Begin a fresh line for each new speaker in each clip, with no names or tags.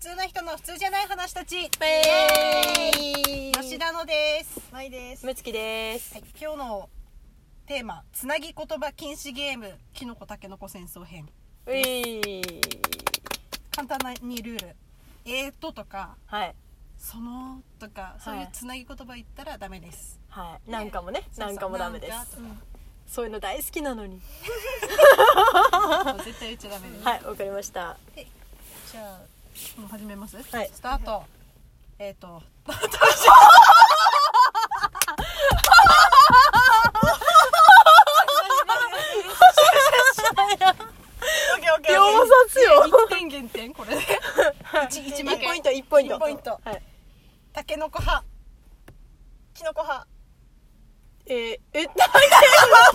通な人の普通じゃない話たち
イエーイ
吉田のです、
まいです。
むつきです
は。い、今日のテーマつなぎ言葉禁止ゲームキノコタケノコ戦争編
うい
簡単なにルールえーととか
はい。
そのとかそういう
はい
つなぎ言葉言ったらダメです、
はい。なんかもね、
そうそう
なんかもダメで
なん
す
か。うん
そういうの大好きなのに。
そう絶対言っちゃダメです、
はい、わかりました。
じゃあもう始めます、
はい
スタートえーと
秒
オッケーオッケーオッケー
殺よ。
1点減点これで 1, 一
一
負け
ポイント、一ポイント。
一ポイント
はい。
タケノコ派
キノコ派。
えー、え、
やばいやばいやばい。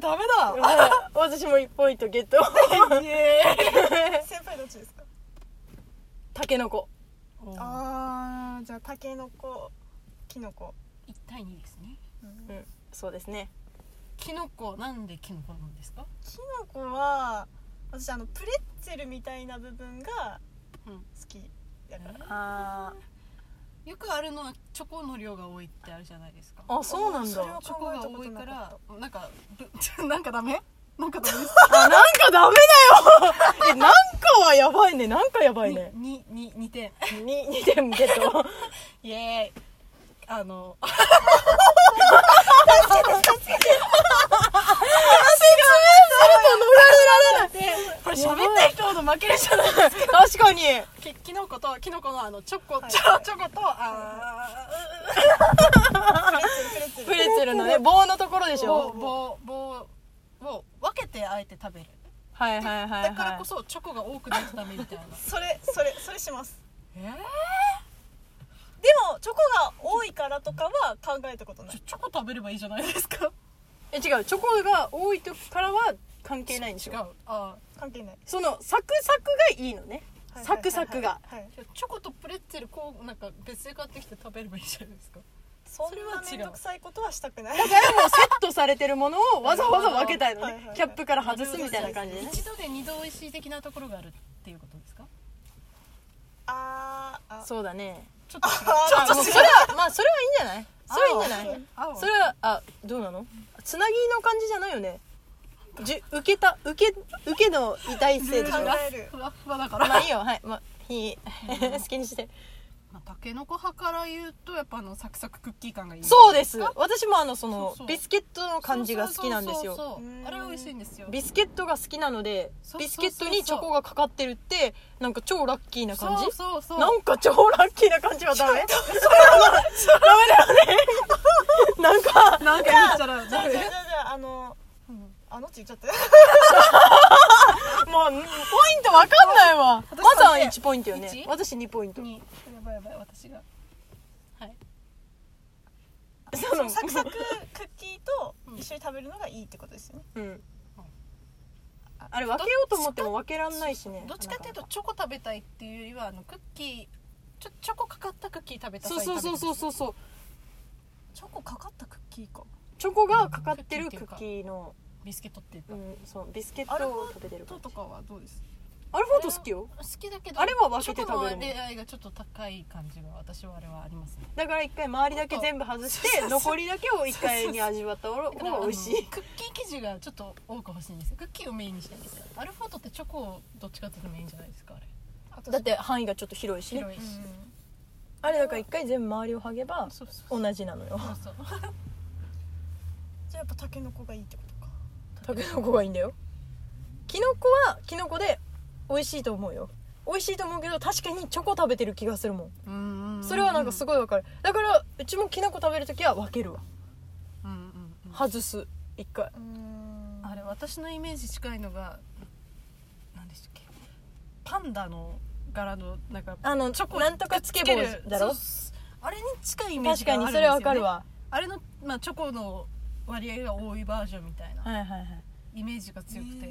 ダメ
私も一ポイントゲット。
だイエーイ
先輩どっ ちですか。
タケノコ。
1
あー、じゃあタケノコ、キノコ。
対2ですね
うん。そうですね。
キノコなんでキノコなんですか
キノコは私あのプレッツェルみたいな部分が
う
好
ん
きだから。
あ
よくあるのはチョコの量が多いってあるじゃないですか
あ、そうなん
それは
だ。
チョコが多いからなんかぶなんかダメなんかダメです
あ、なんかダメ だよ。え、なんかはやばいね。なんかやばいね。
にに2点
に、二点ゲッ ト。
イエーイあのあこれ喋った人ほど負けるじゃない
確かに。
きキノコとキノコのあのチョコ、チョチョコとあ
プレッツェルのね、棒のところで
ー
し
棒
ょ
棒棒を分けてあえて食べる
はいはいはい、はい、
だからこそチョコが多く出るためみたいな
それそれそれします。
えー
でもチョコが多いからとかは考えたことな
ちょ
い。
チョコ食べればいいじゃないですか
え違うチョコが多い時からは関係ないんでし
違う
ょ
あ
関係ない。
そのサクサクがいいのね
はい
サクサクが。
はいはいはい
ーチョコとプレッツェルこうなんか別で買ってきて食べればいいじゃないですか
そん
それは
な
違う
面倒くさいことはしたくない。
だからもうセットされてるものをわざわざ分けたいの
はいはいは
ね
い
キャップから外すみたいな感じでね
一度で二度美味しい的なところがあるっていうことですか
あーあ。
そうだね
ちょっと
あー
あもうそれはまあそれはいいんじゃないそれはいいんじゃない
青
それはあどうなのつなぎの感じじゃないよねじゅ受けた受け受けの痛い性
考
とか
える。
ふわっふわだから、
まあいいよはいまあいい 好きにして
まあ、タケノコ派から言うとやっぱあのサクサククッキー感がいい
そうです
あ
私もあのそ
そ
の
うそう
ビスケットの感じが好きなんです
そう
よ
そうそうそうあれ美味しいんですよ
ビスケットが好きなので
そうそ
ビ
う
ス
そうそう
ケットにチョコがかかってるってなんか超ラッキーな感じ
そうそうそう
なんか超ラッキーな感じはダメダメだよねなんか
なんか言っちゃら
じゃあ
ダ
じゃ
メ
あじゃあじゃああの。あのって言っちゃった。
もうポイントわかんないわ
私
まずは1ポイントよね
一
私2ポイント
にやばいやばい私がはい
その
サクサククッキーと一緒に食べるのがいいってことですよね。
うんあれ分けようと思っても分けらんないしね
どっちかっていうとチョコ食べたいっていうよりはあのクッキーちょチョコかかったクッキー食べた
そうそうそうそう
う
そうそう
チョコかかったクッキーか。
チョコがかかってるクッキーの
ビスケットっていう
う
か、
ん、そうビスケットを食べてる
ととかはどうです。
アルフォート好きよ
好きだけど
あれは分けて食べる
チョ
の
コの出会いがちょっと高い感じが私はあれはありますね
だから一回周りだけ全部外して残りだけを一回に味わった方が
だ
美味しい
からあのクッキー生地がちょっと多く欲しいんですよクッキーをメインにしたいんですよアルフォートってチョコをどっちかっていうとメインじゃないですかあれ
だって範囲がちょっと広いしね
広いし、
あれだから一回全部周りを剥げば
そうそう
同じなのよ
そうそう
じゃあやっぱタケノコがいいってことか。
タケノコがいいんだよキノコはキノコで美味しいと思うよ美味しいと思うけど確かにチョコ食べてる気がするも
うんうんうん
んそれはなんかすごいわかるだからうちもキノコ食べるときは分けるわ
うんうんうん
外す一回
うん
あれ私のイメージ近いのが何でしたっけパンダの柄のなんか
あの
チョコ
なんとかつけ棒だ
そ
ろ
うっすあれに近いイメージ
確
があるんで
かに
すよ、ね、
それはわかるわ
あれの、まあ、チョコの割合が多いバージョンみたいな
はいはいはい
イメージが強くて、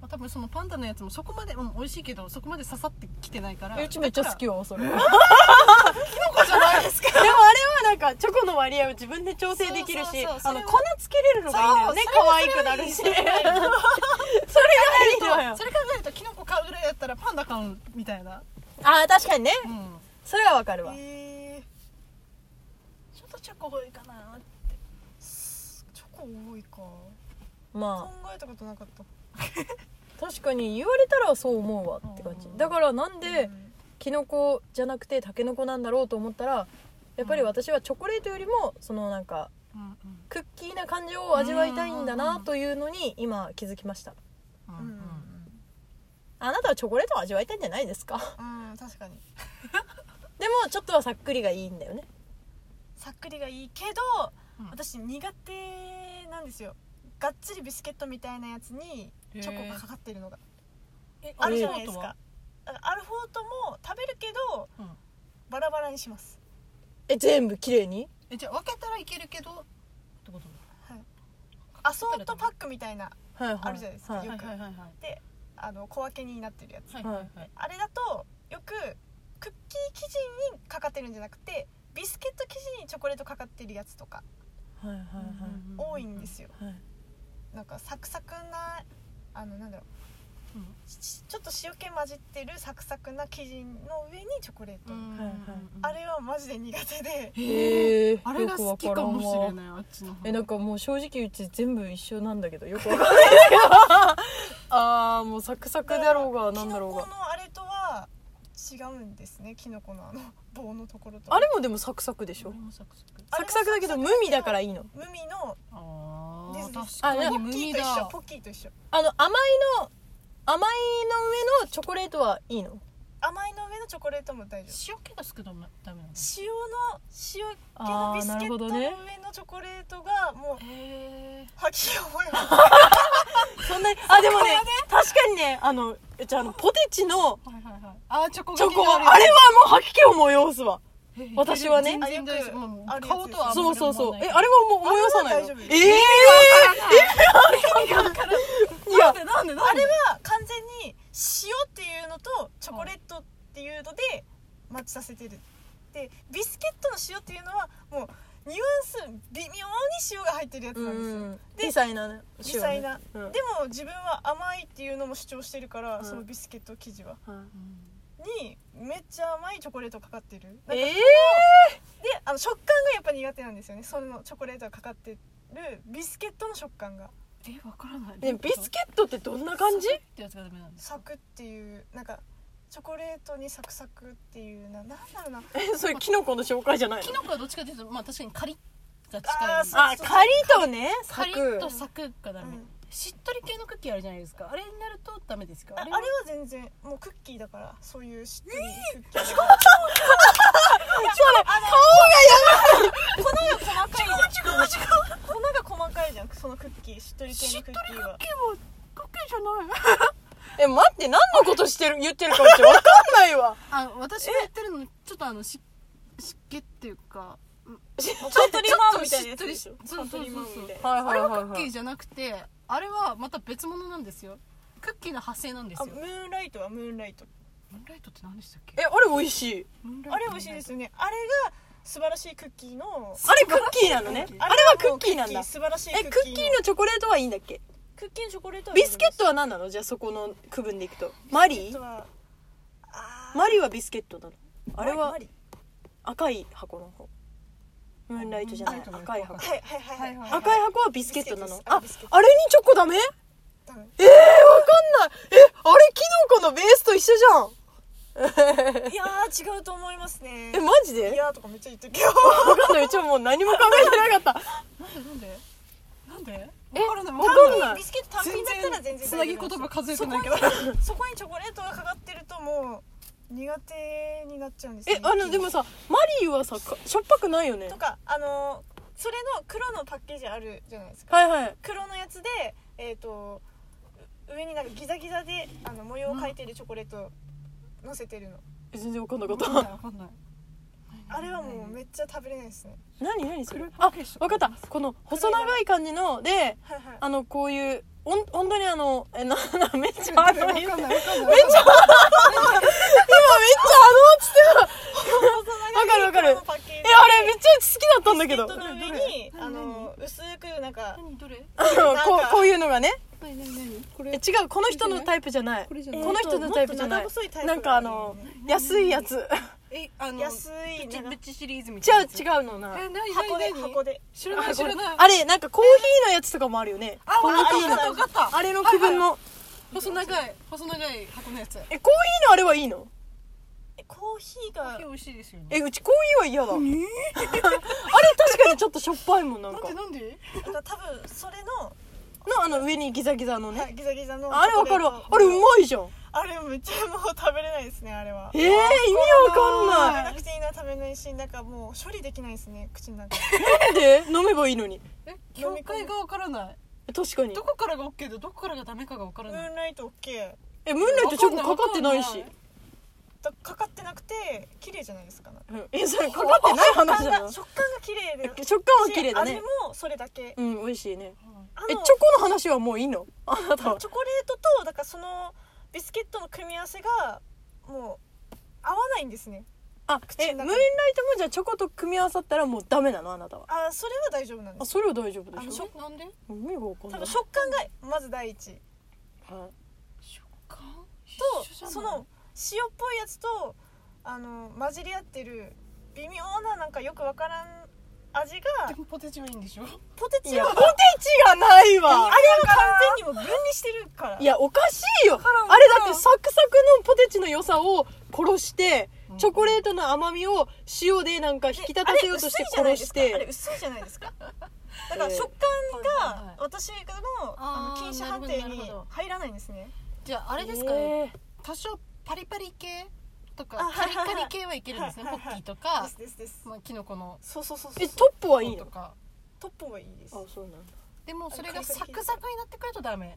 まあ、多分そのパンダのやつもそこまで、うん、美味しいけどそこまで刺さってきてないから
えうちめっちゃ好き
よ
よそれでも
キノコじゃないですか
あれはなんかチョコの割合を自分で調整できる
そ
し
うそうそう
あ
それ
の
は
粉つけれるのがいいのよね
そう
可愛くなるし それ
買うみたいな
あー確かにね
うん
それはわかるわ
えーちょっとチョコ多いかなって
チョコ多いか
考
ま
えたことなかった
あ確かに言われたらそう思うわって感じ
うん
だからなん
う
で
ん
キノコじゃなくてタケノコなんだろうと思ったらやっぱり私はチョコレートよりもそのなんか
うん
クッキーな感じを味わいたいんだ
うんうん
な
うん
というのに今気づきました
うん
う
うんん
あなたはチョコレートを味わいたいんじゃないですか
うん、うん、確かに
でもちょっとはさっくりがいいんだよね
さっくりがいいけど
うん
私苦手なんですよがっつりビスケットみたいなやつに
へー
チョコがかかってるのが
え
あるじゃないです
アルフォートは
かだからアルフォートも食べるけど
うん
バラバラにします
え全部綺麗に
えじゃあ分けたらいけるけどってこと
アソートパックみたいな
はいはい
あるじゃないですか
はい
よく
はいはい
であの小分けになってるやつ
はいはいはいはい
あれだとよくクッキー生地にかかってるんじゃなくてビスケット生地にチョコレートかかってるやつとか
はいはいは
多いんですよ
いはい
なんかサクサクなあのなんだろ
うん
うちちょっと塩気混じってるサクサクな生地の上にチョコレート、
うん
はいはい
あれはマジで苦手で
へえ
あれが好きかもしれないあっちの方
えなんかもう正直うち全部一緒なんだけどよくわかんない ああもうサクサクだろうがなんだろう
キノコ
が
のあれとは違うんですねキノコのあの棒のところと
あれもでもサクサクでしょ
俺もサクサク
サクサクだけど無味だからいいの
無味の
あ
ですで
ー
す
確か
あ
に
ポ
無
ッキ
味
ーと一緒
だ
ポッキーと一緒
あの甘いの甘いの上のチョコレートはいいの
甘いの上のチョコレートも大丈夫
塩気が少ないとダメなの
塩の塩気
あ
のビ
ー
ス
な
ケ
る
ッ
ほ
ト
ど
の上
ね
のチョコレートがもう
へえ
吐き覚 えます
そんなにあでもね確かにねあのうちあのポテチの
はいはいはいあーチョコ
チョコは
が
あれはもう吐き気を催すわ
えー
私はね
全然大丈夫
あよく
もう
あるやつ
顔とはあん
そ
ま
う
り
そうそう
思わない
えあれはもう催さない
あれは大丈
の
夫
えええい
な
や
んでなんで
あれは完全に塩っていうのとチョコレートっていうのでマッチさせてるでビスケットの塩っていうのはもうニュアンス微妙に塩が入ってるやつなんですよで
微細なね
微細な、
塩ね
でも自分は甘いっていうのも主張してるから、
うん
そのビスケット生地は
うん
にめっちゃ甘いチョコレートかかってるなんか
ええ
であの食感がやっぱ苦手なんですよねそのチョコレートがかかってるビスケットの食感が
えわからない
ねビスケットってどんな感じ
サクってやつがダメなんです
サクっていうなんかチョコレートにサクサクっていうななんだろうな
え それキノコの紹介じゃない
キ
の
ノコはどっちかというとまあ確かにカリッが
あ
近
ー
い
そう
あカリとね
カ
サ
リ
ク
ッとサクがダメ、
うん
しっとり系のクッキーあるじゃないですかあれになるとダメですか
ああれは
は
全然もうクッキーだからそういうしっとりクッキー顔がやばい 粉が細かいじゃん粉が細かいじゃんそのクッキーしっとり系のクッキーは
クッキーもクッキーじゃない
え待って何のことしてる言ってるかってわかんないわ
あ私が言ってるのちょっとあのし湿気っていうか
ちょっ
カントリーマームみ
した
い
っ
なやつ
とり
で
し
しょ
そうそうそうそう
とはい
あ
はい
れ
は
はいク
はい
ッキーじゃなくてあれはまた別物なんですよクッキーの派生なんです
あ
よ
ムーンライトはムーンライト
ムーンライトって何でしたっけ
えあれ美味しい
あれ美味しいですよねあれが素晴らしいクッキーの
あれクッキーなのねあれはクッキーなんだ
素晴らしい
えクッキーのチョコレートはいいんだっけ
クッキーのチョコレート
ビスケットは何なのじゃあそこの区分でいくとマリー
は
マリーはビスケットなのあれは
マリ
赤い箱の方ムーンライトじゃない
ムーンライト
赤い箱
はいはいはいはい
赤い箱はビスケットなの
ビスケットです
あ
あビスケット
あれにチョコダメ
多分
えー、わかんないえあれキノコのベースと一緒じゃん
いやー違うと思いますね
えマジで
いやーとかめっちゃ言ってるけど
わかんないうちはもう何も考えてなかった
なんでなんでなんで
え
わからないわ
わ
か
か
ん
ん
ない
ない
ビスケット単品だったら全然
つなぎ言葉数えてないけど
そこにチョコレートがかかってるともう苦手になっちゃうんですよ
え
ね
あのでもさマリーはさかしょっぱくないよね
とかあのーそれの黒のパッケージあるじゃないですか
はいはい
黒のやつでえっ、とう上になんかギザギザであの模様を描いてるチョコレート乗せてるの、
え全然わかんなか
わ
っ
かんない
た
わかんない
あれはもうめっちゃ食べれないですね
何何それ
黒いパ
あ
ッケージとか
わかったこの細長い感じので
はいはい
あのこういうほん本当にあのえななめっちゃあの今めっちゃあの
わかんないわかんない
落ちてたわかるわかる
黒のパッケージ
え
で
あれめっちゃ好きだったんだけど
ビスケットの上にあの薄くなんか
何どれ
あのこうこういうのがね
何何何こ
え違
れ
うこの人のタイプじゃない
これじゃない
この人のタイプじゃない
もっと長細いタイプ
なんかあの安いやつ違う
えあの
安い
プチプチシリーズみたいなやつ
違うのな
え何
箱で
何何
箱で
知らない知らない
あれなんかコーヒーのやつとかもあるよね
あ
この
わか
コー
っ
ヒー
た
の
わかった
あれの区分
はいはい
の
細長い細長い箱のやつ
えコーヒーのあれはいいの
えコーヒーが
美味しいですよね
えうちコーヒーは嫌だ あれ確かにちょっとしょっぱいもんなん
なん
か
でなんで
だから多分それの
のあの上にギザギザのね、
はいギザギザの
あれわかるわあれうまいじゃん
あれめっちゃもう食べれないですねあれは
えー、意味わかん
食べ
な
なくていいな食べないしなんかもう処理できないですね口の中で
いなんで飲めばいいのに
え境界がわからない
確かに
どこからが OK でどこからがダメかがわか
ム
らない
ーンライト OK
えムーンライトチョコかかってないし
だかかってなくて綺麗じゃないですかなんか
うんえそれかかってない話
食
だ
感
な
が食感が綺麗で
食感は綺麗だ
味
ね
もそれだけ
うん美味しいね
あの
えチョコの話はもういいのあなたは
チョコレートとだからそのビスケットの組み合わせがもう合わないんですね
あえ
口の中に
ムーンライトもじゃあチョコと組み合わさったらもうダメなのあなたは
あそれは大丈夫なんで
あ
す
それは大丈夫
あ
で
の
し
食
ょ
なんで
意味がわかん
多
ない
分食感がまず第一
はい
食感
とその塩っぽいやつとあの混じり合ってる微妙ななんかよくわからん味が
でもポテチはいいんでしょ
ポテ
い
チ
や
は
ポテチがないわ
あれは完全にもう分離してるから
いやおかしいよ
からん
あれだってサクサクのポテチの良さを殺して
うん
チョコレートの甘みを塩でなんか引き立たせようとして殺し
あれ
て
薄いじゃないですかあれ薄いじゃないですかだか
え
ら
え
食
はい
感
はいは
が
い
私のあ
あー
の禁止判定
なるほどな
に
るほど
入らないんですね
じゃああ
あ
れですかね多少パリパリ系とか
あ
カ
はい
リ
はいはい
カリ系はいけるんですね
は
ポ
いはいはい
ッキーとか
ですですです
まあキノコの
そうそうそうそう
えトップはいい
と
の
か
トップはいいです
そうなんだ
でもそれがサクサクになってくるとダメ